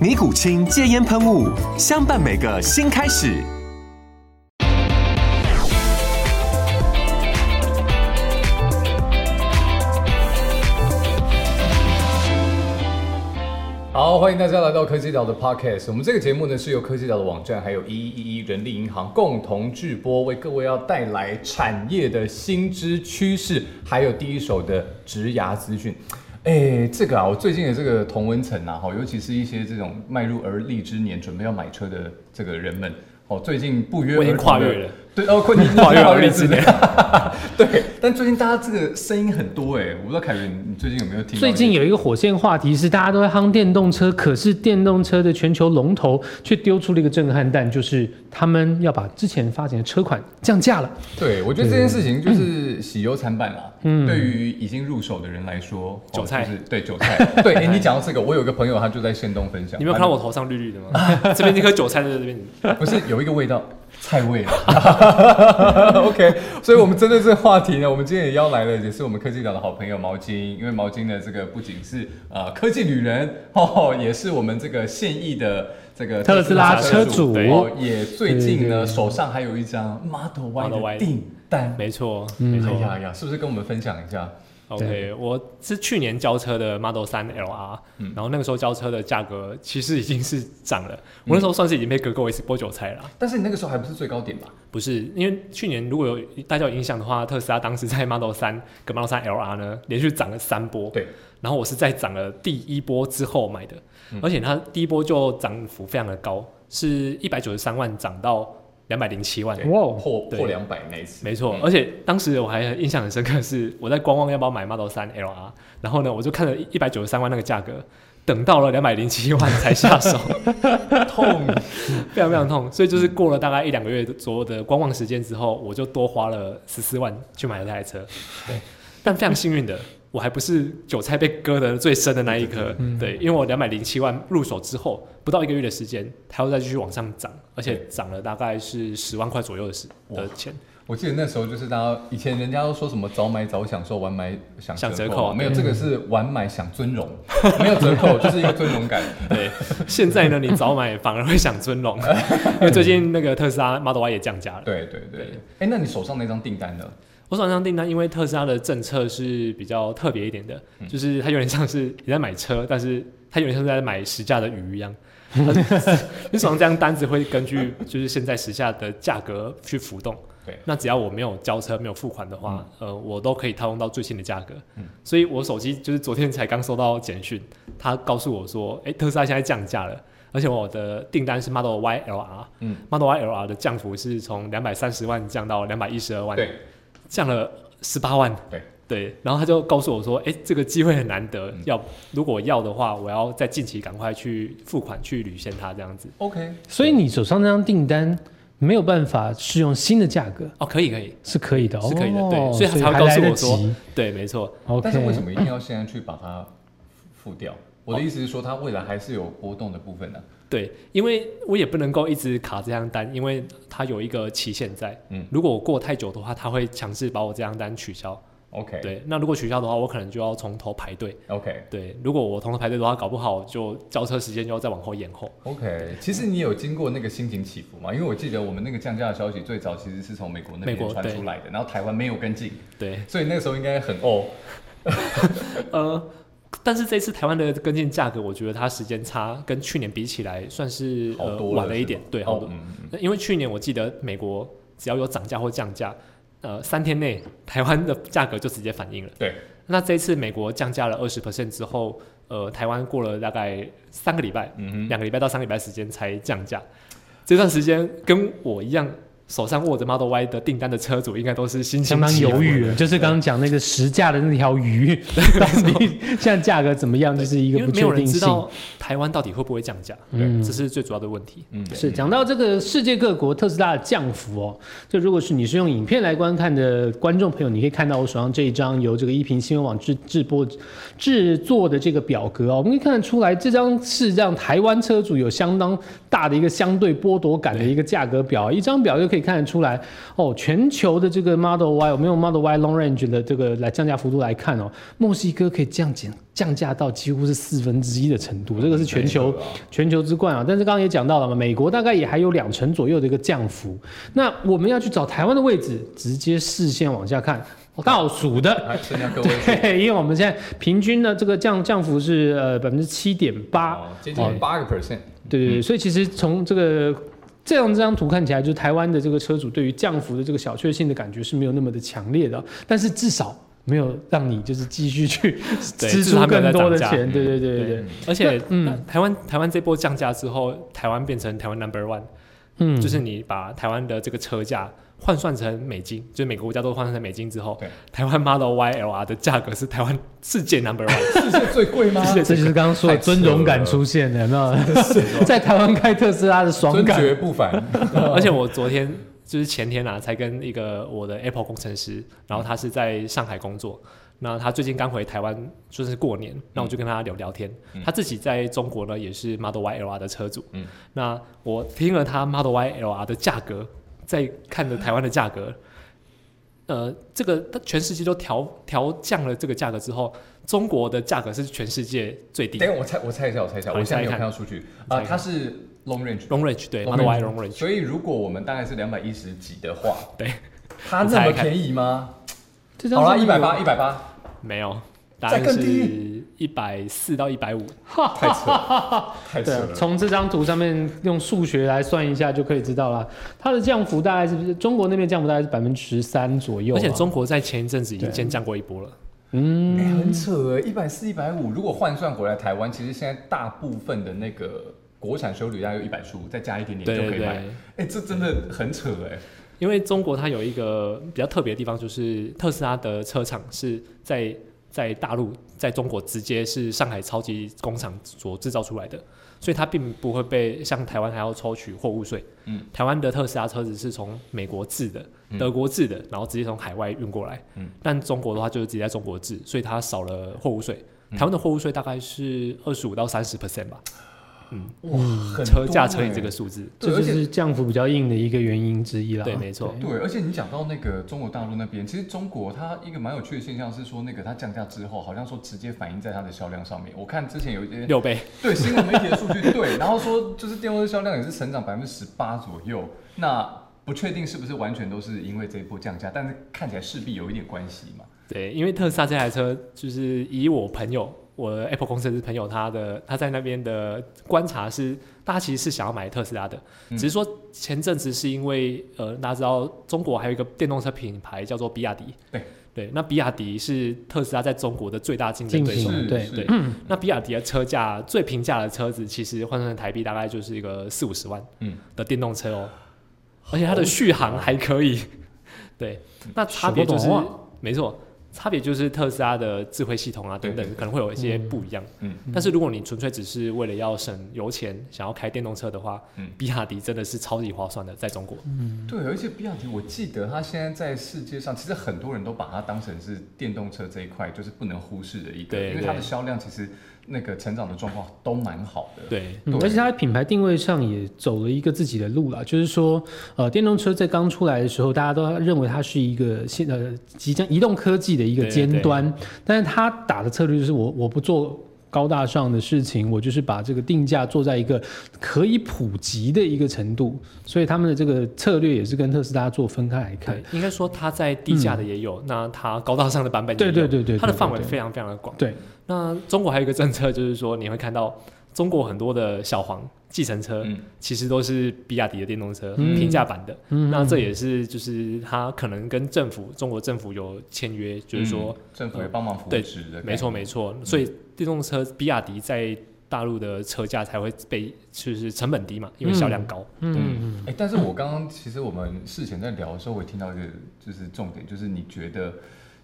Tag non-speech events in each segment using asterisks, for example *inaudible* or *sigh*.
尼古清戒烟喷雾，相伴每个新开始。好，欢迎大家来到科技岛的 Podcast。我们这个节目呢是由科技岛的网站还有一一一人力银行共同制播，为各位要带来产业的新知趋势，还有第一手的职涯资讯。哎，这个啊，我最近的这个同温层啊，哈，尤其是一些这种迈入而立之年，准备要买车的这个人们，哦，最近不约而我已经同跨地越了对，哦，困境跨越而立之年。 *laughs* 对，但最近大家这个声音很多哎，我不知道凯源，你最近有没有听到一些？最近有一个火线话题是大家都在夯电动车，可是电动车的全球龙头却丢出了一个震撼弹，就是他们要把之前发行的车款降价了。对，我觉得这件事情就是喜忧参半啦。嗯，对于已经入手的人来说，哦韭菜就是对韭菜。对，哎，你讲到这个，我有一个朋友，他就在县东分享，你没有看到我头上绿绿的 *laughs* 吗？这边这颗韭菜就在这边，我？不是有一个味道，菜味啊。OK，所以 *laughs* 我们针对这个话题呢，我们今天也邀来了，也是我们科技岛的好朋友毛巾，因为毛巾呢，这个不仅是呃科技女人哦，也是我们这个现役的。这个特斯拉车主然后哦也最近呢，对手上还有一张 Model Y Model 的 Y 订单，没错，没错哎。呀呀，是不是跟我们分享一下？嗯 OK，我是去年交车的 Model 三 LR，、然后那个时候交车的价格其实已经是涨了，我那时候算是已经被割过一次波韭菜了。但是你那个时候还不是最高点吧？不是，因为去年如果有大家有印象的话，特斯拉当时在 Model 三跟 Model 三 LR 呢，连续涨了三波。对，然后我是在涨了第一波之后买的，而且它第一波就涨幅非常的高，是一百九十三万涨到两百零七万。哇哦，破对破两百那一次，没错，而且当时我还印象很深刻，是我在观望要不要买 Model 三 LR，然后呢，我就看了一百九十三万那个价格，等到了两百零七万才下手，痛， *laughs* 非常非常痛。所以就是过了大概一两个月左右的观望时间之后，我就多花了十四万去买了这台车。对，但非常幸运的。我还不是韭菜被割的最深的那一颗，对，因为我两百零七万入手之后，不到一个月的时间，它又再继续往上涨，而且涨了大概是十万块左右的时的钱。我记得那时候就是大家以前人家都说什么早买早享受，晚买享享折折扣扣啊，对没有这个是晚买享尊荣，没有折扣就是一个尊荣感。对，现在呢，你早买反而会想尊龙，因为最近那个特斯拉 Model Y 也降价了。对对对对，哎，那你手上那张订单呢？我手上订单，因为特斯拉的政策是比较特别一点的，就是它有点像是你在买车，但是它有点像是在买时价的鱼一样。 *laughs* 你手上这张单子会根据就是现在时下的价格去浮动。对那只要我没有交车、没有付款的话，嗯呃，我都可以套用到最新的价格。所以我手机就是昨天才刚收到简讯，他告诉我说，诶，特斯拉现在降价了，而且我的订单是 Model Y LR，嗯，Model Y LR 的降幅是从两百三十万降到两百一十二万，对降了十八万。对，对，然后他就告诉我说：“哎，这个机会很难得，嗯 *laughs* 要如果要的话，我要在近期赶快去付款去履现它这样子。 ，OK，所以你手上那张订单没有办法适用新的价格，”哦，可以可以，是可以的，是可以的哦对所以他才会还告诉来得我说及对，没错， ，OK，但是为什么一定要现在去把它付掉？我的意思是说，它未来还是有波动的部分呢。对，因为我也不能够一直卡这张单，因为它有一个期限在。嗯如果我过太久的话，他会强制把我这张单取消。 OK，对，那如果取消的话，我可能就要从头排队。 ，OK。对，如果我从头排队的话，搞不好就交车时间就要再往后延后。 OK，其实你有经过那个心情起伏嘛？因为我记得我们那个降价的消息最早其实是从美国那美边国传对出来的，然后台湾没有跟进，对，所以那个时候应该很哦，呃，但是这次台湾的跟进价格，我觉得它时间差跟去年比起来，算是好呃多了晚了一是点吗，对，哦好多。嗯嗯那因为去年我记得美国只要有涨价或降价，呃，三天内台湾的价格就直接反应了。对，那这一次美国降价了二十 percent 之后，呃，台湾过了大概三个礼拜，嗯哼，两个礼拜到三个礼拜时间才降价。这段时间跟我一样手上握着 Model Y 的订单的车主，应该都是心情相当极犹浮豫 *laughs* 了，的就是刚刚讲那个实价的那条 *laughs* 鱼，到底现在价格怎么样，这是一个因不为没确有人定知性。道台湾到底会不会降价，嗯这是最主要的问题。嗯，是讲到这个世界各国特斯拉的降幅哦，这如果是你是用影片来观看的观众朋友，你可以看到我手上这一张由这个一平新闻网制制播制作的这个表格哦，我们可以看得出来，这张是让台湾车主有相当大的一个相对剥夺感的一个价格表，一张表就可以看得出来哦，全球的这个 Model Y，我们用 Model Y Long Range 的这个来降价幅度来看哦，墨西哥可以降减降价到几乎是四分之一的程度，这个是全球对啊全球之冠啊。但是刚刚也讲到了嘛，美国大概也还有两成左右的一个降幅。那我们要去找台湾的位置，直接视线往下看，倒数的。来剩下 *laughs* 各位嘿嘿，因为我们现在平均呢，这个降降幅是呃百分之七点八，哦接近八个 percent，对对对，嗯所以其实从这个这样这张图看起来，就是台湾的这个车主对于降幅的这个小确幸的感觉是没有那么的强烈的，但是至少没有让你就是继续去 *laughs* 对支至出少没更有在多的涨价钱，对对对对对，而且，嗯嗯，台湾台湾这波降价之后，台湾变成台湾 number one，、嗯，就是你把台湾的这个车价换算成美金，就是每个国家都换算成美金之后对，台湾 Model Y L R 的价格是台湾世界 number 是 one，是最贵吗？ *laughs* 这就是刚刚说的哦太扯了尊荣感出现了，有没 *laughs* 有？在台湾开特斯拉的爽尊感，爵不凡， *laughs* 而且我昨天。就是前天啊，才跟一个我的 Apple 工程师，然后他是在上海工作，那他最近刚回台湾，就是过年，那我就跟他聊聊天。他自己在中国呢，也是 Model Y L R 的车主，嗯那我听了他 Model Y L R 的价格，再看着台湾的价格，呃，这个它全世界都调调降了这个价格之后，中国的价格是全世界最低等一下我猜，我猜一下，我猜一下，好我现在没有你猜一看看到数据猜一啊，看它是 long range， ，Long Range 对 Long Model Y range Long Range，所以如果我们大概是两百一十几的话，对，它那么便宜吗？这张好啦，是一百八，一百八，没有，答再案更是低一百四到一百五，太扯，了，太扯对啊，了。从这张图上面用数学来算一下就可以知道了，它的降幅大概是不是中国那边降幅大概是百分之十三左右啊，而且中国在前一阵子已经对先降过一波了，嗯哎、很扯哎，一百四、一百五，如果换算回来，台湾其实现在大部分的那个国产修理大概有一百出，再加一点点对就可对以卖。哎对、。这真的很扯哎。因为中国它有一个比较特别的地方，就是特斯拉的车厂是在在大陆，在中国直接是上海超级工厂所制造出来的，所以它并不会被像台湾还要抽取货物税。嗯，台湾的特斯拉车子是从美国制的、嗯德国制的，然后直接从海外运过来。嗯，但中国的话就是直接在中国制，所以它少了货物税。嗯台湾的货物税大概是二十五到三十 percent 吧，哇，很车价多乘以哎这个数字。这对，就而且是降幅比较硬的一个原因之一啦。对没错对，而且你讲到那个中国大陆那边，其实中国它一个蛮有趣的现象是说，那个它降价之后，好像说直接反映在它的销量上面。我看之前有一些六倍，对新闻媒体的数据，对，然后说就是电动车销量也是成长百分之十八左右，那不确定是不是完全都是因为这一波降价，但是看起来势必有一点关系嘛。对，因为特斯拉这台车，就是以我朋友，我 Apple 公司的朋友，他的他在那边的观察是，大家其实是想要买特斯拉的，嗯只是说前阵子是因为呃，大家知道中国还有一个电动车品牌叫做比亚迪，对对，那比亚迪是特斯拉在中国的最大竞争对竞手品，是，对是对，那比亚迪的车价最平价的车子，其实换算成台币大概就是一个四五十万，嗯的电动车哦，而且它的续航还可以。对，嗯那差别就是舍不得啊没错，差别就是特斯拉的智慧系统啊对等对，等可能会有一些不一样。嗯但是如果你纯粹只是为了要省油钱，想要开电动车的话，嗯比亚迪真的是超级划算的，在中国。嗯对，而且比亚迪，我记得它现在在世界上，其实很多人都把它当成是电动车这一块就是不能忽视的一个，对因为它的对销量其实那个成长的状况都蛮好的。对，嗯，对而且它的品牌定位上也走了一个自己的路了，就是说，呃，电动车在刚出来的时候，大家都认为它是一个现呃即将移动科技的一个对尖端，但是它打的策略就是我我不做。高大上的事情，我就是把这个定价做在一个可以普及的一个程度，所以他们的这个策略也是跟特斯拉做分开来看嗯对。，应该说它在低价的也有，那它高大上的版本也有，对对对对对它的范围对对非常非常的广。对，那中国还有一个政策，就是说你会看到中国很多的小黄计程车，嗯其实都是比亚迪的电动车，嗯平价版的。嗯那这也是就是它可能跟政府中国政府有签约，就是说，嗯政府也帮忙扶对持的概念，没错没错，所以电动车比亚迪在大陆的车价才会被就是成本低嘛，因为销量高。嗯，哎、但是我刚刚其实我们事前在聊的时候，我也听到一个就是重点，就是你觉得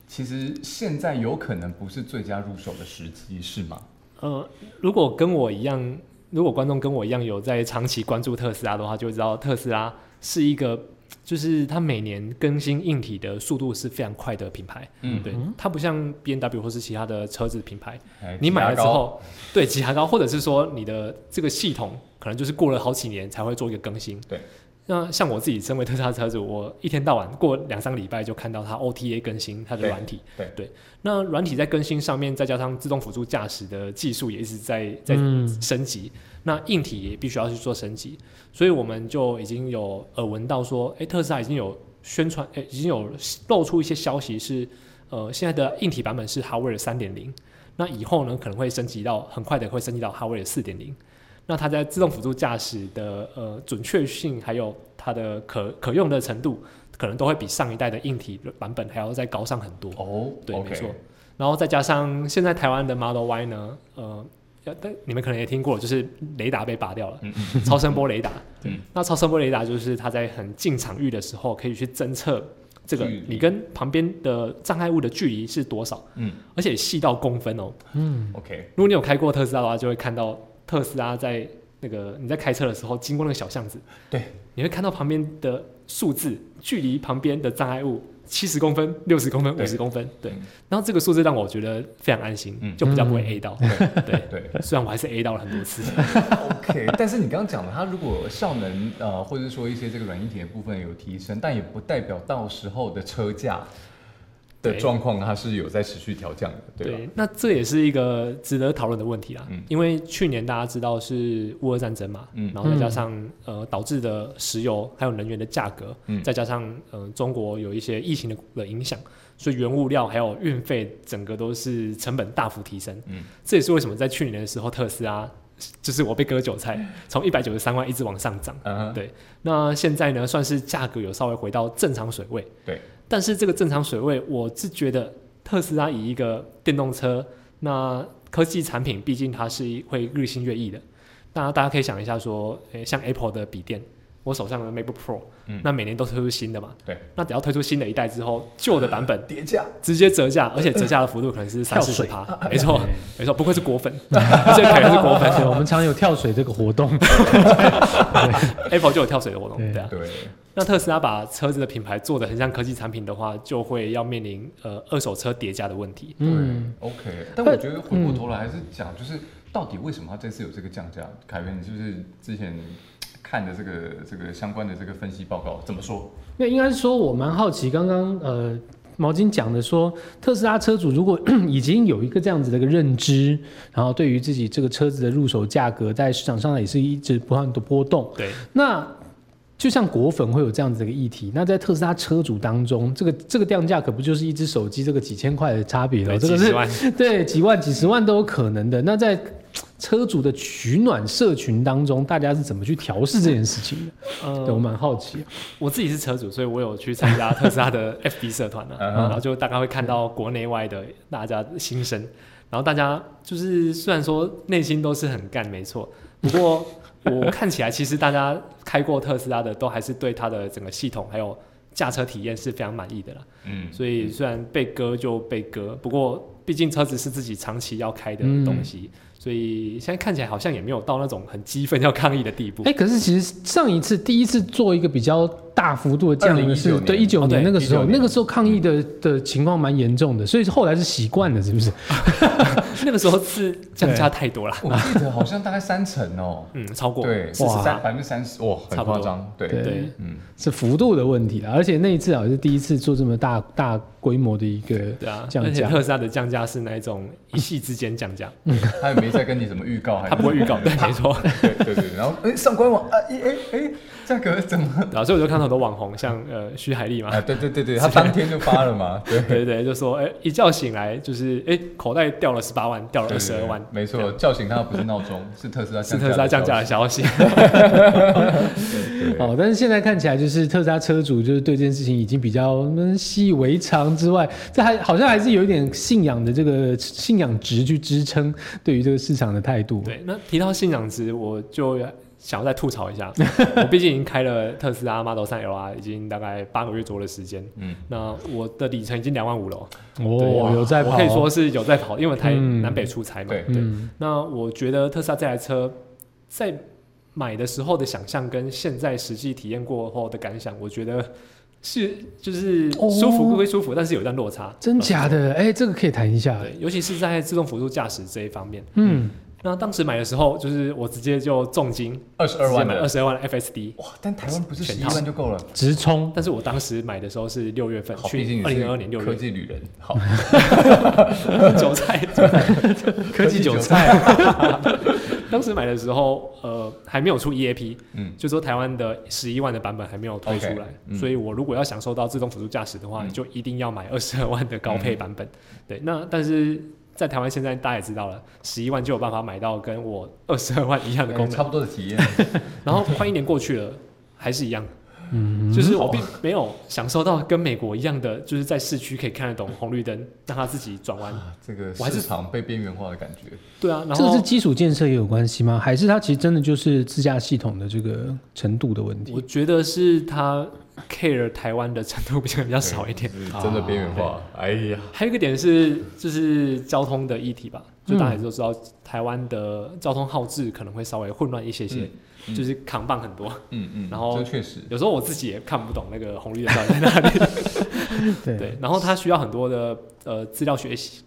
其实现在有可能不是最佳入手的时机，是吗？呃，如果跟我一样，如果观众跟我一样有在长期关注特斯拉的话，就会知道特斯拉是一个，就是它每年更新硬体的速度是非常快的品牌。嗯对，它不像 B N W 或是其他的车子品牌，哎你买了之，挤牙膏 *laughs* 后，对挤牙膏，或者是说你的这个系统可能就是过了好几年才会做一个更新。对。那像我自己身为特斯拉车主，我一天到晚过两三个礼拜就看到它 OTA 更新它的对软体，对那软体在更新上面，再加上自动辅助驾驶的技术也一直在在嗯升级，那硬体也必须要去做升级，所以我们就已经有耳闻到说，诶，特斯拉已经有宣传，诶，已经有露出一些消息是，呃，现在的硬体版本是 Hardware 三点零，那以后呢可能会升级到很快的会升级到 Hardware 四点零。那它在自动辅助驾驶的呃准确性，还有它的可可用的程度，可能都会比上一代的硬体版本还要再高上很多。哦，对 o k 没错。然后再加上现在台湾的 Model Y 呢，呃，要但你们可能也听过，就是雷达被拔掉了，嗯超声波 *laughs* 雷达。嗯那超声波雷达就是它在很近场域的时候，可以去侦测这个距离你跟旁边的障碍物的距离是多少，嗯而且细到公分哦。 ，OK，如果你有开过特斯拉的话，就会看到特斯拉在那个你在开车的时候经过那个小巷子，对，你会看到旁边的数字，距离旁边的障碍物七十公分、六十公分、对五十公分，对嗯。然后这个数字让我觉得非常安心，嗯就比较不会 A 到。对，对虽然我还是 A 到了很多次。 ，OK。但 *laughs* 是你刚刚讲的，它如果效能呃，或者说一些这个软硬体的部分有提升，但也不代表到时候的车价的对状况它是有在持续调降的，对吧？对，那这也是一个值得讨论的问题啦。嗯因为去年大家知道是乌俄战争嘛，嗯然后再加上呃导致的石油还有能源的价格，嗯再加上呃中国有一些疫情的的影响，所以原物料还有运费整个都是成本大幅提升。嗯这也是为什么在去年的时候特斯拉就是我被割韭菜，从一百九十三万一直往上涨。嗯哼，对，那现在呢，算是价格有稍微回到正常水位。对，但是这个正常水位，我是觉得特斯拉以一个电动车，那科技产品毕竟它是会日新月异的。那大家可以想一下说，诶、像 Apple 的笔电，我手上的 MacBook Pro，、嗯那每年都推出新的嘛。对，那只要推出新的一代之后，旧的版本叠加，直接折价，而且折价的幅度可能是三跳四十水趴，没错，没错，不愧是果粉，这可能是果粉对， *laughs* 我们常有跳水这个活动。 ，Apple 就有跳水的活动，对对啊，对，那特斯拉把车子的品牌做的很像科技产品的话，就会要面临呃二手车叠加的问题。嗯，对，OK。但我觉得回过头来还是讲，就是到底为什么它这次有这个降价？凯文，你是不是之前看的这个这个相关的这个分析报告怎么说？那应该是说，我蛮好奇刚刚呃毛巾讲的说，特斯拉车主如果 *clears throat* 已经有一个这样子的一个认知，然后对于自己这个车子的入手价格在市场上也是一直不断的波动，对，那。就像果粉会有这样子的一个议题，那在特斯拉车主当中，这个这个降价可不就是一只手机这个几千块的差别了？这几个十是万， *laughs* 对，几万、几十万都有可能的。那在嘖车主的取暖社群当中，大家是怎么去调试这件事情的？对我呃，蛮好奇。我自己是车主，所以我有去参加特斯拉的 *laughs* FB 社团啊，嗯哼然后就大概会看到国内外的大家的心声，然后大家就是虽然说内心都是很干，没错，不过我看起来其实大家开过特斯拉的都还是对它的整个系统还有驾车体验是非常满意的啦。嗯，所以虽然被割就被割，不过毕竟车子是自己长期要开的嗯东西，所以现在看起来好像也没有到那种很激愤要抗议的地步。哎、可是其实上一次第一次做一个比较大幅度的降临2019是年对一九哦对年那个时候， 19年那个时候抗议的的情况蛮严重的，所以后来是习惯了，是 *laughs* 不是？那个时候是降价太多了，，我记得好像大概三成哦嗯，超过对，四十哇三百分之三十，哇，很差不多夸张，对对，对嗯，是幅度的问题了，而且那一次好像是第一次做这么大大规模的一个对啊，降而且价。特斯拉的降价是那一种一夕之间降价，他也没再跟你什么预告，还 *laughs* 它不会预告，对，啪没错，对对对，然后哎上官网啊，哎哎哎，价格怎么？然后所以我就看到很多网红，像呃徐海丽嘛，啊，对对对对，他当天就发了嘛，对。对对对，就说哎、一觉醒来就是哎、口袋掉了十八万，掉了二十二万，没错，叫醒他不是闹钟，是特斯拉是特斯拉降价的消息。消息。哦，但是现在看起来就是特斯拉车主就是对这件事情已经比较嗯习以为常之外，这还好像还是有一点信仰的这个信仰值去支撑对于这个市场的态度。对，那提到信仰值，我就想要再吐槽一 *laughs* 下，我毕竟已经开了特斯拉 Model 3 L R 已经大概八个月左右的时间，嗯嗯，那我的里程已经两万五了哦，哦，有在跑，我可以说是有在跑，因为我台嗯南北出差嘛，对嗯，那我觉得特斯拉这台车在买的时候的想象跟现在实际体验过后的感想，我觉得是就是哦舒服归舒服，但是有一段落差。真假的，哎，这个可以谈一下。对，尤其是在自动辅助驾驶这一方面。嗯，那当时买的时候，就是我直接就重金二十二万二的，十二万的 FSD，哇！但台湾不是全十一套万就够了。直冲，但是我当时买的时候是六月份，好，毕竟你去二零二二是年六科月，技旅人，好， *laughs* 韭菜韭 *laughs* 菜 *laughs* 科技韭菜。啊菜，当时买的时候，呃，还没有出 EAP，嗯就说台湾的十一万的版本还没有推出 OK，来嗯所以我如果要享受到自动辅助驾驶的话，嗯你就一定要买二十二万的高配版本。对，那但是在台湾现在大家也知道了，十一万就有办法买到跟我二十二万一样的功哎差能。不多的体 *laughs* 验。然后快一年过去了，还是一样，嗯，就是我并没有享受到跟美国一样的，就是在市区可以看得懂红绿灯，让它自己转弯。这个我还市是场被边缘化的感觉，对啊，然啊这后个是基础建设也有关系吗？还是它其实真的就是自驾系统的这个程度的问题我？觉得是他 care 台湾的程度比较比较少一点。是真的边缘啊化。哎呀，还有一个点是，就是交通的议题吧，就大家也都知道，台湾的交通号志可能会稍微混乱一些些，就是扛棒很多，嗯嗯，然后这确实，有时候我自己也看不懂那个红绿灯到底在哪里。对，嗯对，然后它需要很多的呃资料学习。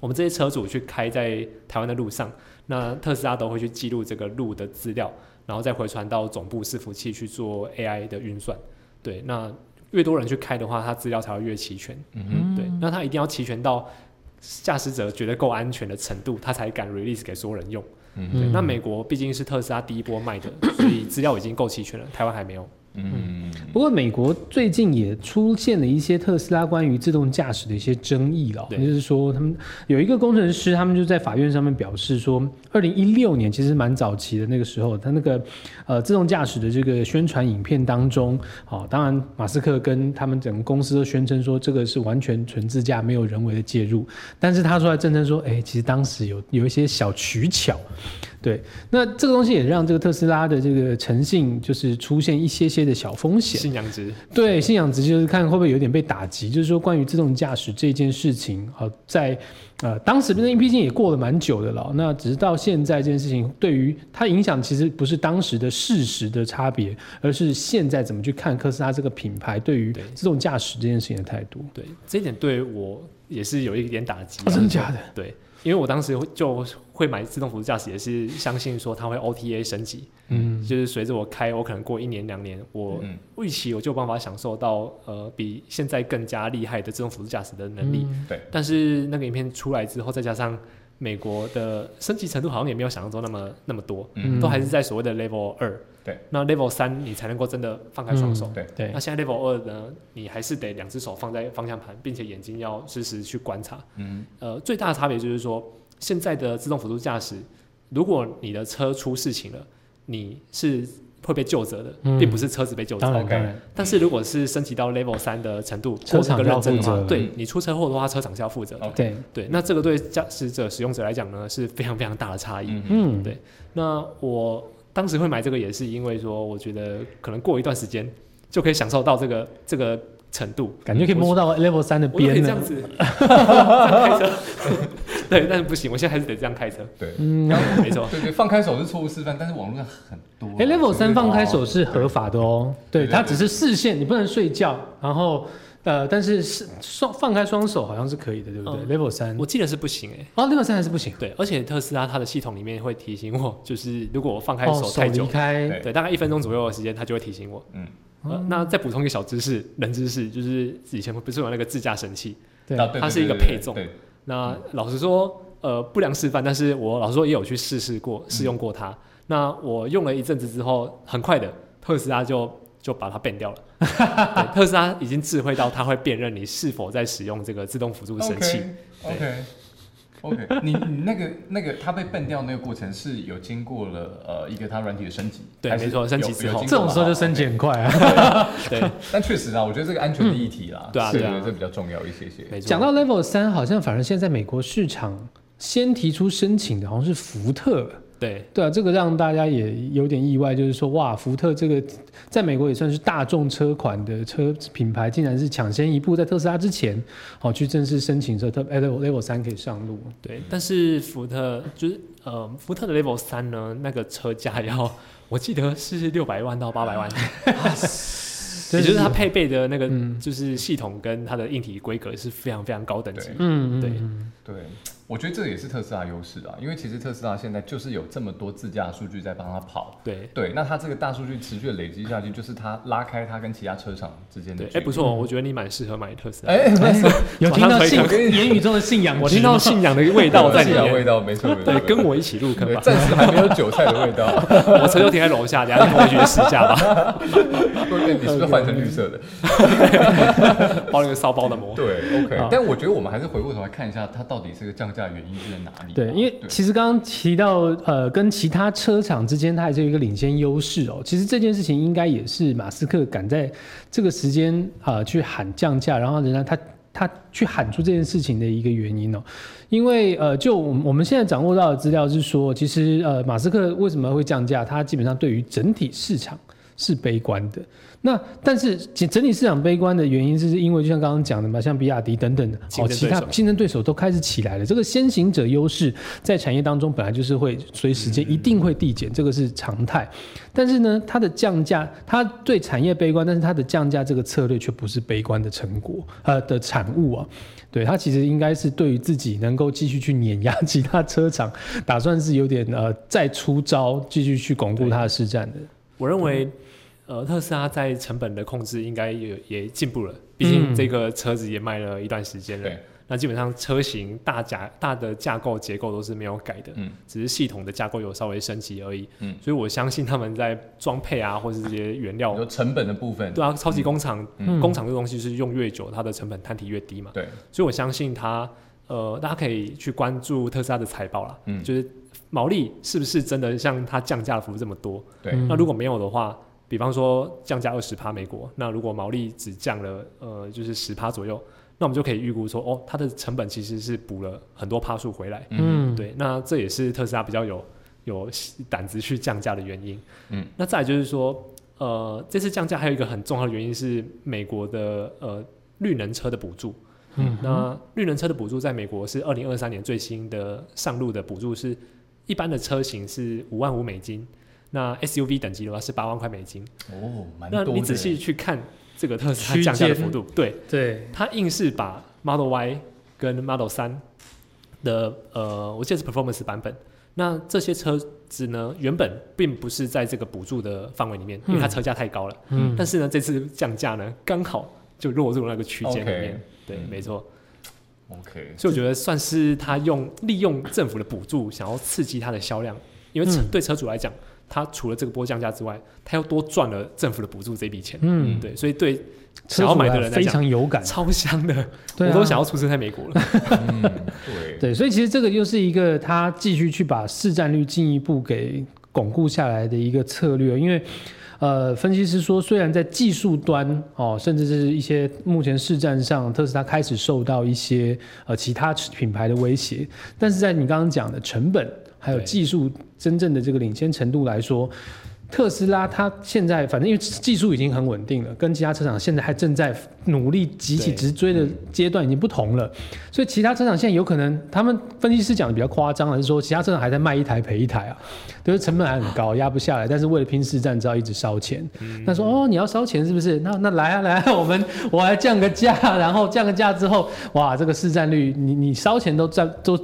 我们这些车主去开在台湾的路上，那特斯拉都会去记录这个路的资料，然后再回传到总部伺服器去做 AI 的运算。对，那越多人去开的话，它资料才会越齐全。嗯哼，嗯对，那它一定要齐全到驾驶者觉得够安全的程度，它才敢 release 给所有人用。嗯对，嗯那美国毕竟是特斯拉第一波卖的，所以资料已经够齐全了，台湾还没有。嗯，不过，美国最近也出现了一些特斯拉关于自动驾驶的一些争议了哦，对就是说他们有一个工程师，他们就在法院上面表示说，二零一六年其实蛮早期的那个时候，他那个呃自动驾驶的这个宣传影片当中，好、当然马斯克跟他们整个公司都宣称说这个是完全纯自驾，没有人为的介入，但是他出来证称说，哎，其实当时有有一些小取巧，对，那这个东西也让这个特斯拉的这个诚信就是出现一些些的小风险。信仰值对，信仰值就是看会不会有点被打击，就是说关于自动驾驶这件事情，好、在呃当时那毕竟也过了蛮久的了哦，那只是到现在这件事情对于它影响其实不是当时的事实的差别，而是现在怎么去看特斯拉这个品牌对于对自动驾驶这件事情的态度。对这一点对我也是有一点打击、啊真的假的？对，因为我当时就会买自动辅助驾驶，也是相信说它会 OTA 升级，嗯，就是随着我开，我可能过一年两年，我嗯预期我就有办法享受到呃比现在更加厉害的自动辅助驾驶的能力。嗯对，但是那个影片出来之后，再加上美国的升级程度好像也没有想象中那么那么多，嗯都还是在所谓的 Level 二。对，那 Level 三你才能够真的放开双手。对对那，现在 Level 二呢，你还是得两只手放在方向盘，并且眼睛要时时去观察。嗯，呃，最大的差别就是说，现在的自动辅助驾驶，如果你的车出事情了，你是会被救责的，嗯并不是车子被救责。当然 OK 当然，但是如果是升级到 Level 三的程度，车厂过得更认要真的负话责，嗯对你出车祸的话，车厂是要负责的。 OK 对，对，那这个对驾驶者、使用者来讲呢，是非常非常大的差异。嗯嗯，对那我当时会买这个，也是因为说，我觉得可能过一段时间就可以享受到这个这个程度，感觉可以摸到 Level 三的我就可以边这了 *laughs* 样。子这样开车。 *laughs* 对，但是不行，我现在还是得这样开车。对，嗯， *laughs* 没错，对对，放开手是错误示范，但是网络上很多啊。哎，Level 三放哦开手是合合法的哦，对对，对它对只是视线，你不能睡觉，然后呃，但是是双放开双手好像是可以的，对不对？Level 三，我记得是不行哎、哦，Level 三还是不行，对，而且特斯拉它的系统里面会提醒我， *laughs* 就是如果我放开哦，手手太久，离开，对，大概一分钟左右的时间，它就会提醒我。嗯嗯。呃、那再补充一个小知识，冷知识，就是以前不是有那个自驾神器？对，啊对它对是一对个对配对重对，那老实说，呃，不良示范，嗯但是我老实说也有去试试过，试用过它。那我用了一阵子之后，很快的，特斯拉就就把它变掉了对。特斯拉已经智慧到它会辨认你是否在使用这个自动辅助神器。 OK OK，你 *laughs* 你那个那个它被笨掉那个过程是有经过了呃一个它软体的升级，对还是没错有升级之后有经过了这种时候就升级很快啊。对，但确实啊，我觉得这个安全的议题啦，对啊是对啊觉得这比较重要一些些。没错。讲到 Level 三，好像反而现在美国市场先提出申请的，好像是福特。对对啊，这个让大家也有点意外，就是说，哇，福特这个在美国也算是大众车款的车品牌，竟然是抢先一步在特斯拉之前，好、去正式申请这特 Level Level 三可以上路。对，但是福特就是呃，福特的 Level 三呢，那个车价要我记得是六百万到 *laughs* 八百万，也就是它配备的那个嗯就是系统跟它的硬体规格是非常非常高等级对。嗯，嗯对嗯对，我觉得这也是特斯拉优势啊，因为其实特斯拉现在就是有这么多自驾数据在帮它跑。对对，那它这个大数据持续地累积下去，就是它拉开它跟其他车厂之间的对，距哎、离。不错，我觉得你蛮适合买特斯拉。哎，没错有听到信马上推坑言语中的信哎仰值吗，我听到信仰的味道在里有味面。道没错，没错对，跟我一起入坑对吧，暂时还没有韭菜的 *laughs* 味道。我车就停在楼下，等一下跟我一起去试 *laughs* 驾吧，会被你是不是换成绿色的？包那个骚包的膜。对，OK 好。但我觉得我们还是回过头来看一下，它到底这个降价原因是在哪里吧？啊对，因为其实刚刚提到，呃，跟其他车厂之间，它还是有一个领先优势哦。其实这件事情应该也是马斯克赶在这个时间啊、呃去喊降价，然后人家他他去喊出这件事情的一个原因哦。因为呃，就我们我们现在掌握到的资料是说，其实呃，马斯克为什么会降价，他基本上对于整体市场是悲观的。那但是整整体市场悲观的原因，是因为就像刚刚讲的嘛，像比亚迪等等的竞哦，争对其他手竞争对手都开始起来了。这个先行者优势在产业当中本来就是会随时嗯间一定会递减，这个是常态。但是呢，它的降价，它对产业悲观，但是它的降价这个策略却不是悲观的成果，呃的产物啊。对，它其实应该是对于自己能够继续去碾压 *laughs* 其他车厂，打算是有点呃再出招，继续去巩固它的市占的。我认为，呃，特斯拉在成本的控制应该也也进步了，毕竟这个车子也卖了一段时间嗯了。对那基本上车型大架大的架构结构都是没有改的，嗯只是系统的架构有稍微升级而已。嗯所以我相信他们在装配啊，或是这些原料你，说成本的部分，对啊，超级工厂、嗯工厂这个东西是用越久，它的成本摊提越低嘛。对，所以我相信它，呃，大家可以去关注特斯拉的财报啦，嗯就是毛利是不是真的像它降价幅这么多？对嗯那如果没有的话，比方说降价二十趴美国，那如果毛利只降了呃就是十趴左右，那我们就可以预估说，哦，它的成本其实是补了很多趴数回来。嗯嗯，对，那这也是特斯拉比较有有胆子去降价的原因。嗯，那再来就是说，呃，这次降价还有一个很重要的原因是美国的呃绿能车的补助。嗯，那绿能车的补助在美国是二零二三年最新的上路的补助是，一般的车型是五万五美金，那 SUV 等级的话是八万块美金。哦，蛮那多的。你仔细去看这个特斯区拉降价的间幅度，对，对，它硬是把 Model Y 跟 Model 三的呃，我记得是 Performance 版本。那这些车子呢，原本并不是在这个补助的范围里面，因为它车价太高了。嗯但是呢，这次降价呢，刚好就落入那个区间里面。 OK 对，嗯没错。 OK，所以我觉得算是他用利用政府的补助，想要刺激它的销量，因为车嗯对车主来讲，他除了这个波降价之外，他又多赚了政府的补助这笔钱。嗯，对，所以对车想要主买的还人来非讲，常有感，超香的， *laughs* 对啊我都想要出生在美国 *laughs* 了。嗯，对，对，所以其实这个又是一个他继续去把市占率进一步给巩固下来的一个策略，因为。呃，分析师说，虽然在技术端哦，甚至是一些目前市占上，特斯拉开始受到一些呃其他品牌的威胁，但是在你刚刚讲的成本还有对技术真正的这个领先程度来说，特斯拉它现在反正因为技术已经很稳定了，跟其他车厂现在还正在努力急起对直追的阶段已经不同了，所以其他车厂现在有可能，他们分析师讲的比较夸张，还是说其他车厂还在卖一台赔一台啊，就是成本还很高，压不下来，但是为了拼市占，只好一直烧钱。嗯他说哦，你要烧钱是不是？那那来啊来啊，我们我来降个价，然后降个价之后，哇，这个市占率，你你烧钱都占都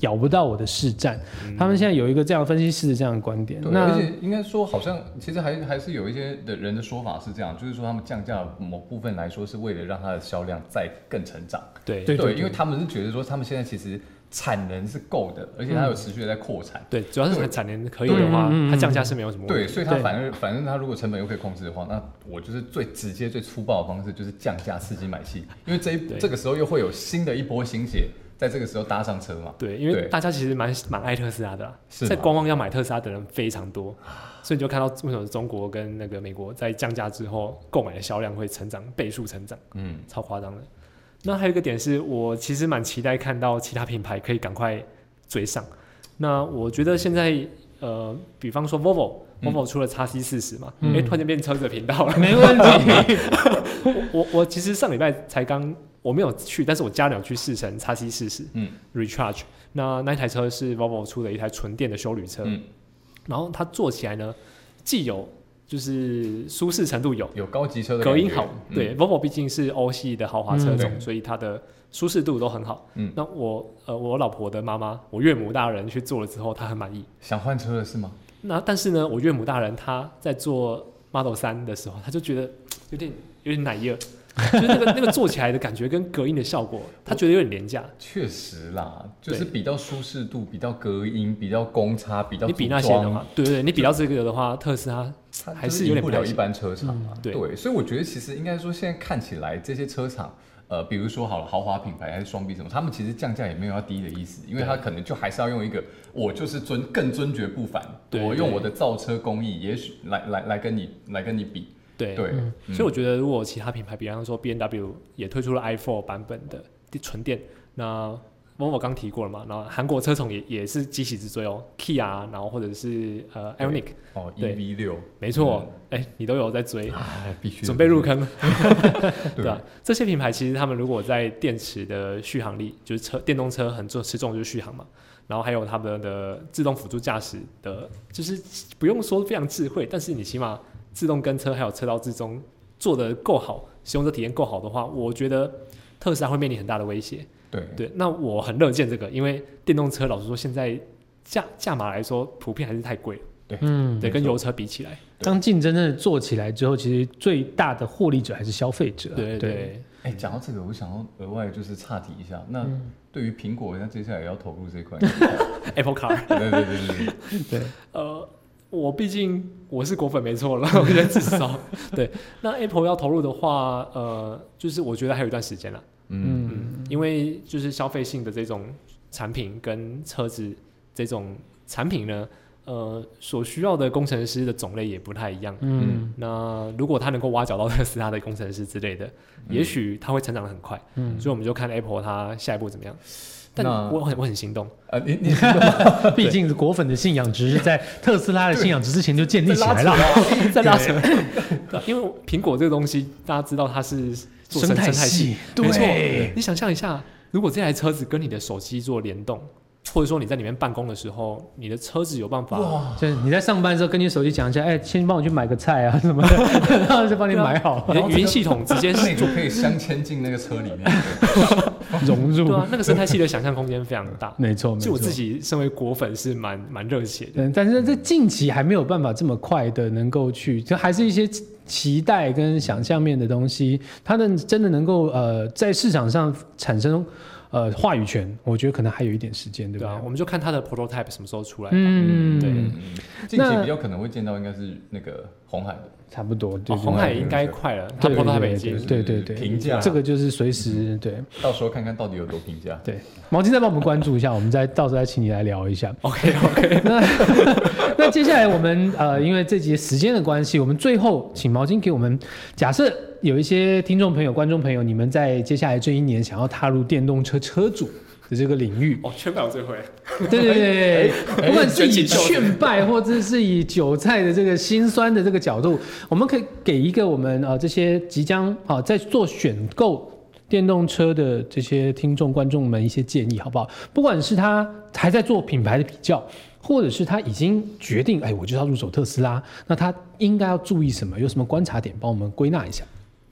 咬不到我的市占。他们现在有一个这样分析师的这样的观 *laughs* 点。嗯对，而那且应该说，好像其实还还是有一些的人的说法是这样，就是说他们降价某部分来说，是为了让它的销量再更成长。对对因为他们是觉得说，他们现在其实产能是够的，而且它有持续的在扩产。对，主要是产能可以对的话嗯嗯嗯，它降价是没有什么问对，题。所以它对反正反正它如果成本又可以控制的话，那我就是最直接、最粗暴的方式就是降价刺激买气，因为这一对这个时候又会有新的一波新血在这个时候搭上车嘛。对，因为对大家其实蛮蛮爱特斯拉的啊、是吗在观望要买特斯拉的人非常多，所以你就看到为什么中国跟那个美国在降价之后购买的销量会成长倍数成长，嗯，超夸张的。那还有一个点是我其实蛮期待看到其他品牌可以赶快追上。那我觉得现在呃，比方说 Volvo。嗯 Volvo 出了 x C 四十嘛，哎、嗯突然间变车子的频道了。没问题。我我其实上礼拜才刚，我没有去，但是我家里有去试乘 x C 四十，嗯，Recharge。那那台车是 Volvo 出的一台纯电的休旅车，嗯然后它坐起来呢，既有就是舒适程度有， *laughs* 有高级车的隔音感觉嗯好，对、Volvo 毕竟是欧系的豪华车种，嗯对所以它的舒适度都很好。嗯那我呃我老婆的妈妈，我岳母大人去坐了之后，她很满意。想换车了是吗？那但是呢，我岳母大人她在坐 Model 三的时候，她就觉得嘖嗯有点有点奶 *laughs* 热，就是那个那个坐起来的感觉跟隔音的效果，她觉得有点廉价。确实啦，就是对比较舒适度、比较隔音、比较公差、比较你比那些的话，对对，对你比较这个的话，特斯拉它就还是赢有点不不了太一行般车厂啊。嗯对对，所以我觉得其实应该说，现在看起来这些车厂，呃，比如说好了，豪华品牌还是双 B 什么，他们其实降价也没有要低的意思，因为对它可能就还是要用一个我就是尊更尊爵不凡，对我用对我的造车工艺，也许来来来跟你来跟你比，对对，嗯所以我觉得，如果其他品牌，比方说 B N W 也推出了 i4 版本的纯电，那 Volvo 刚提过了嘛，然后韩国车厂也也是急起直追哦，Kia，啊然后或者是呃 i o n i c 哦，E 对 V 六，没错，哎、你都有在追，哎，必须准备入坑，对对吧、这些品牌其实他们如果在电池的续航力，就是车电动车很重吃重就是续航嘛，然后还有他们的自动辅助驾驶的，就是不用说非常智慧，但是你起码自动跟车还有车道之中做的够好，使用者体验够好的话，我觉得特斯拉会面临很大的威胁。对对，那我很乐见这个，因为电动车老实说现在价价码来说普遍还是太贵了，嗯，对，跟没错油车比起来，当竞争真的做起来之后，其实最大的获利者还是消费者。啊对对对。哎，讲到这个，我想要额外就是岔题一下，那嗯对于苹果，那接下来要投入这一 *laughs* 块， Apple Car。对对对对嗯对， *laughs* 对，呃，我毕竟我是果粉没错了， *laughs* 我觉得 *laughs* 至少对。那 Apple 要投入的话，呃，就是我觉得还有一段时间了，嗯。嗯，嗯，因为就是消费性的这种产品跟车子这种产品呢，呃，所需要的工程师的种类也不太一样。嗯那如果他能够挖角到特斯拉的工程师之类的，也许他会成长的很快，嗯，所以我们就看 Apple 它下一步怎么样。但那我很我很心动，呃，你嗯你毕竟果粉的信仰值是在特斯拉的信仰值之前就建立起来了。 *laughs* 在拉扯，对啊因为苹果这个东西，大家知道它是做 *laughs* 生态态系没对错。你想象一下，如果这台车子跟你的手机做联动，或者说你在里面办公的时候，你的车子有办法，哇，就是你在上班的时候跟你手机讲一下，哎，先帮我去买个菜啊什么的，然 *laughs* 后就帮你买好，你的语音系统直接是那个可以镶嵌进那个车里面。融入对。啊，那个生态系的想象空间非常大。没错，没就错我。自己身为果粉是蛮蛮热血的，嗯，但是在近期还没有办法这么快的能够去，就还是一些期待跟想象面的东西，它的真的能够呃在市场上产生呃话语权，我觉得可能还有一点时间，对对吧啊，？我们就看它的 prototype 什么时候出来吧。嗯，对，近期那比较可能会见到应该是那个红海的，差不多，对哦，红海应该快了，它 prototype 已经对对对，评价这个就是随嗯时对到时候看看到底有多评价。对。毛巾再帮我们关注一下，我们再到时候再请你来聊一下。 OK OK，那 *laughs* 那接下来我们呃，因为这集时间的关系，我们最后请毛巾给我们假设。有一些听众朋友、观众朋友，你们在接下来这一年想要踏入电动车车主的这个领域，哦，全版我最会。对对对对，不管是以选起袖子劝败，或者是以韭菜的这个心酸的这个角度，我们可以给一个我们啊、呃这些即将啊、呃在做选购电动车的这些听众观众们一些建议，好不好？不管是他还在做品牌的比较。或者是他已经决定，哎，我就要入手特斯拉，那他应该要注意什么？有什么观察点，帮我们归纳一下？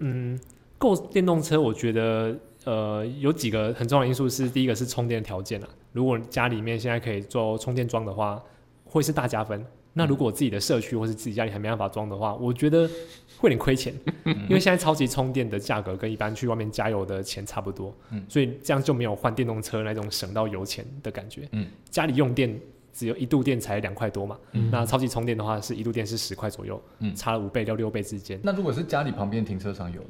嗯，购电动车，我觉得呃有几个很重要的因素是，第一个是充电条件啊。如果家里面现在可以做充电桩的话，会是大加分。那如果我自己的社区或是自己家里还没办法装的话，我觉得会有点亏钱，嗯因为现在超级充电的价格跟一般去外面加油的钱差不多，嗯所以这样就没有换电动车那种省到油钱的感觉。嗯家里用电只有一度电才两块多嘛，那超级充电的话是一度电是十块左右，嗯差了五倍到六倍之间。那如果是家里旁边停车场有的，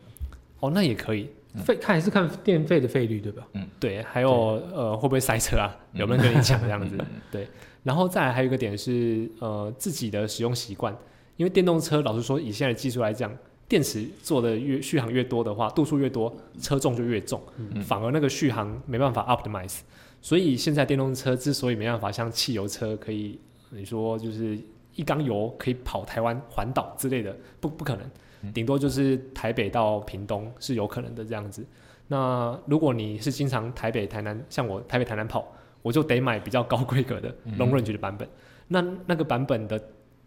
哦，那也可以。费看还是看电费的费率对吧？对，还有呃，会不会塞车啊？有没有人跟你抢这样子？对，然后再来还有一个点是呃，自己的使用习惯，因为电动车老实说，以现在的技术来讲，电池做的越续航越多的话，度数越多，车重就越重，反而那个续航没办法 optimize。所以现在电动车之所以没办法像汽油车可以，你说就是一缸油可以跑台湾环岛之类的，不不可能，顶多就是台北到屏东是有可能的这样子。那如果你是经常台北、台南，像我台北、台南跑，我就得买比较高规格的 long range 的版本。那那个版本的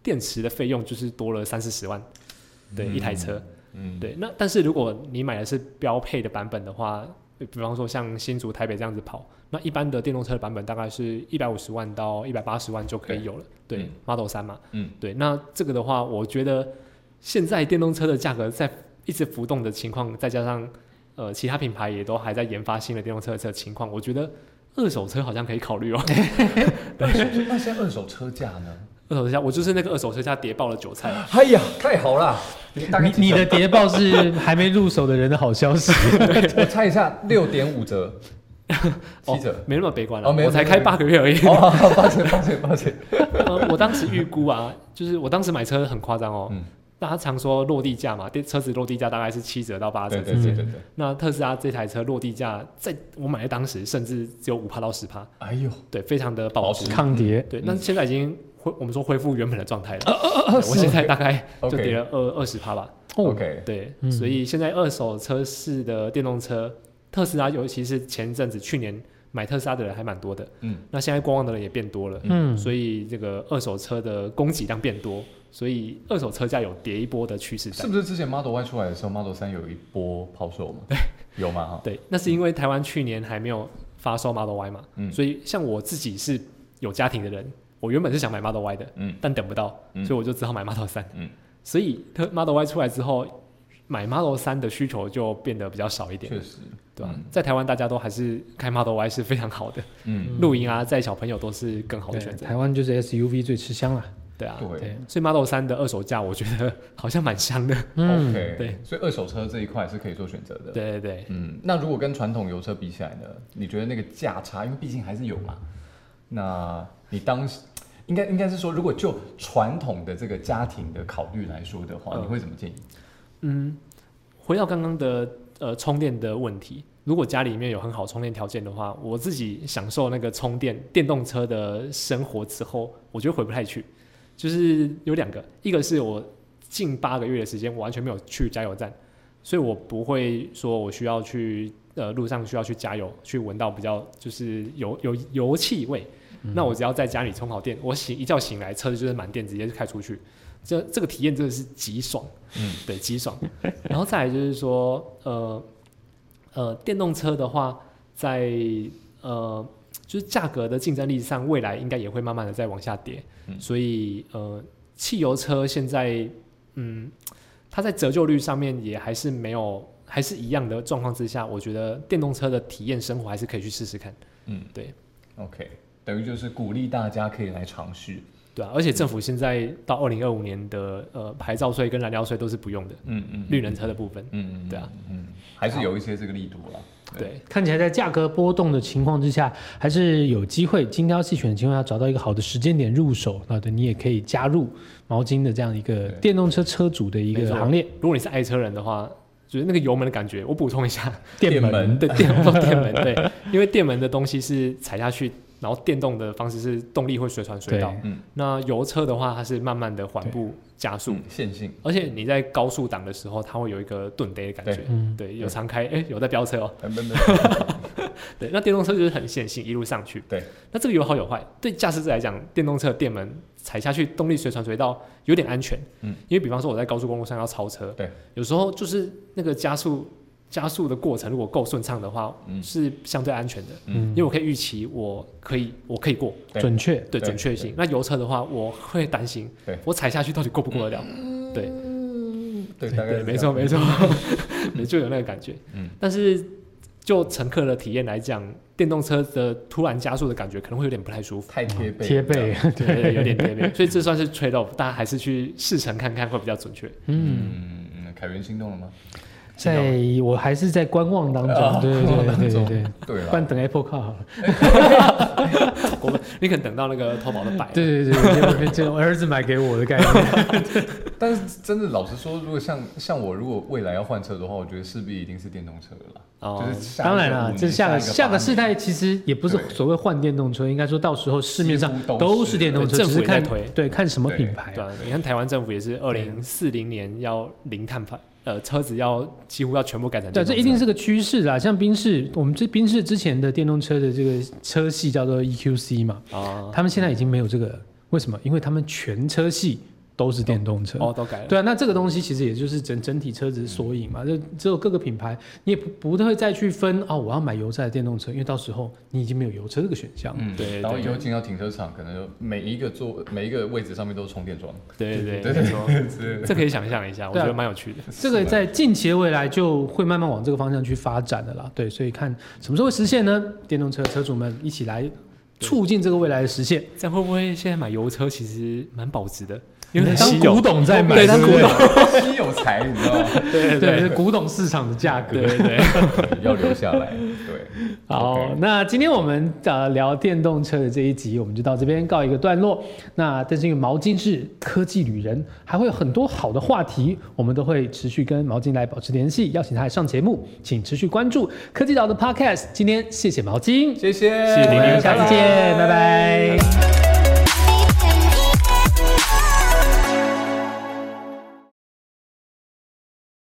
电池的费用就是多了三四十万，对、一台车。嗯，对，那但是如果你买的是标配的版本的话，比比方说像新竹、台北这样子跑，那一般的电动车的版本大概是一百五十万到一百八十万就可以有了。对嗯 m o d e l 三嘛，嗯，对，那这个的话，我觉得现在电动车的价格在一直浮动的情况，再加上呃其他品牌也都还在研发新的电动车的情况，我觉得二手车好像可以考虑 *laughs* 哦。那那现在二手车价呢？二手车价，我就是那个二手车价跌爆了韭菜。哎呀，太好了！你大概你你的谍报是还没入手的人的好消 *laughs* 息，我猜一下，六点五折，七折哦。，没那么悲观了、哦没有我才没有开没有八个月而已。哦， *laughs* 抱歉，抱歉，抱歉。 *laughs* 呃，我当时预估啊，就是我当时买车很夸张哦嗯，大家常说落地价嘛，电车子落地价大概是七折到八折对之对间。对对对。那特斯拉这台车落地价，在我买的当时甚至只有五趴到十趴，哎呦，对，非常的保保值值。嗯抗跌。对，那现在已经恢，我们说恢复原本的状呃态了。对我现在大概就 OK 跌了二二十趴吧。哦 OK，对，所以现在二手车市的电动车，特斯拉尤其是前阵子去年买特斯拉的人还蛮多的，嗯，那现在观望的人也变多了，嗯所以这个二手车的供给量变多，所以二手车价有跌一波的趋势在是。不是之前 Model Y 出来的时候，Model 三有一波抛售嘛？有吗？哈，对，那是因为台湾去年还没有发售 Model Y 嘛，嗯所以像我自己是有家庭的人，我原本是想买 Model Y 的，嗯但等不到，嗯所以我就只好买 Model 三，嗯所以特 Model Y 出来之后，买 Model 三的需求就变得比较少一点，确实，对吧、在台湾大家都还是开 Model Y 是非常好的，嗯，露营啊，载小朋友都是更好的对选，择，台湾就是 SUV 最吃香了。对啊。对对所以 Model 三的二手价，我觉得好像蛮香的。 ，OK，嗯对，所以二手车这一块是可以做选择的。，对对对，嗯，那如果跟传统油车比起来呢？你觉得那个价差，因为毕竟还是有嘛？那你当时应该应该是说，如果就传统的这个家庭的考虑来说的话，嗯你会怎么建议？回到刚刚的呃充电的问题，如果家里面有很好充电条件的话，我自己享受那个充电电动车的生活之后，我觉得回不太去。就是有两个，一个是我近八个月的时间我完全没有去加油站，所以我不会说我需要去呃路上需要去加油，去闻到比较就是油油油气味。那我只要在家里充好电，我醒一觉醒来，车子就是满电，直接就开出去。这这个体验真的是极爽，嗯，对，极爽。然后再来就是说，呃呃，电动车的话，在呃就是价格的竞争力上，未来应该也会慢慢的再往下跌。嗯所以呃，汽油车现在嗯，它在折旧率上面也还是没有，还是一样的状况之下，我觉得电动车的体验生活还是可以去试试看，嗯，对，OK，等于就是鼓励大家可以来尝试。对啊。而且政府现在到二零二五年的呃牌照税跟燃料税都是不用的，嗯嗯绿能车的部分，嗯对啊，嗯，还是有一些这个力度啦。对看起来在价格波动的情况之下，还是有机会精挑细选的情况下，找到一个好的时间点入手。那对你也可以加入毛巾的这样一个对电动车车主的一没个错行列，如果你是爱车人的话，就是那个油门的感觉，我补充一下， *laughs* 电门。门对，电动电门，对，因为电门的东西是踩下去，然后电动的方式是动力会随传随对到。嗯那油车的话，它是慢慢的缓步加速，线性，而且你在高速档的时候，它会有一个顿呆的感觉对。嗯对，有常开，哎，有在飙车哦。呃没 *laughs* 没对，那电动车就是很线性，一路上去。对，那这个有好有坏。对驾驶者来讲，电动车的电门踩下去，动力随传随到，有点安全。嗯，因为比方说我在高速公路上要超车，对，有时候就是那个加速加速的过程如果够顺畅的话，嗯是相对安全的，嗯因为我可以预期我可以我可以过，对准确。对对准确性。那油车的话，我会担心对，嗯我踩下去到底过不过得了？对对，大概对，是没这错样没错，没就有那个感觉。嗯但是就乘客的体验来讲，电动车的突然加速的感觉可能会有点不 *laughs* 太舒服。太贴背了贴背，对，对对有点贴面，所以这算是 trade off，大家还是去试乘看看会比较准确。嗯，嗯，嗯凯源心动了吗？在我还是在观望当啊中，对对对对对，对 *laughs* 不然了，等 Apple Car 好了。我们你可能等到那个投保的百，对对对对，这我儿子买给我的概念。但是真的老实说，如果像像我如果未来要换车的话，我觉得势必一定是电动车了啦。哦就是下一个当然五了，年这下个下下一个八世年代其实也不是对所谓换电动车，应该说到时候市面上几乎都是都是电动车，对只是看政府也在推对看什么品牌对。啊，你看台湾政府也是二零四零年要零碳排，呃，车子要几乎要全部改成对，啊电这动一定车是个趋势啦。像宾士，我们这宾士之前的电动车的这个车系叫做 EQC 嘛，哦他们现在已经没有这个了，为什么？因为他们全车系都是电动车。哦都改了，对啊，那这个东西其实也就是整整体车子缩影嘛，就只有各个品牌，你也不不会再去分哦，我要买油车还是电动车，因为到时候你已经没有油车这个选项。嗯，对然后对以后进到停车场，可能就每一个座每一个位置上面都是充电桩，对对对对，没错，是这可以想象一下，我对啊觉得蛮有趣的。这个在近期的未来就会慢慢往这个方向去发展的啦。对，所以看什么时候会实现呢？电动车车主们一起来促进这个未来的实现。这样会不会现在买油车其实蛮保值的？因为很当稀有古，董在买，对当不古稀有财，你知道吗？*laughs* 对对对是古董市场的价格。对对，要留下来，对，好 OK，那今天我们呃聊电动车的这一集，我们就到这边告一个段落。那但是因为毛巾是科技旅人，还会有很多好的话题，我们都会持续跟毛巾来保持联系，邀请他来上节目，请持续关注科技岛的 Podcast。今天谢谢毛巾，谢谢，谢谢我您们下次见，拜拜。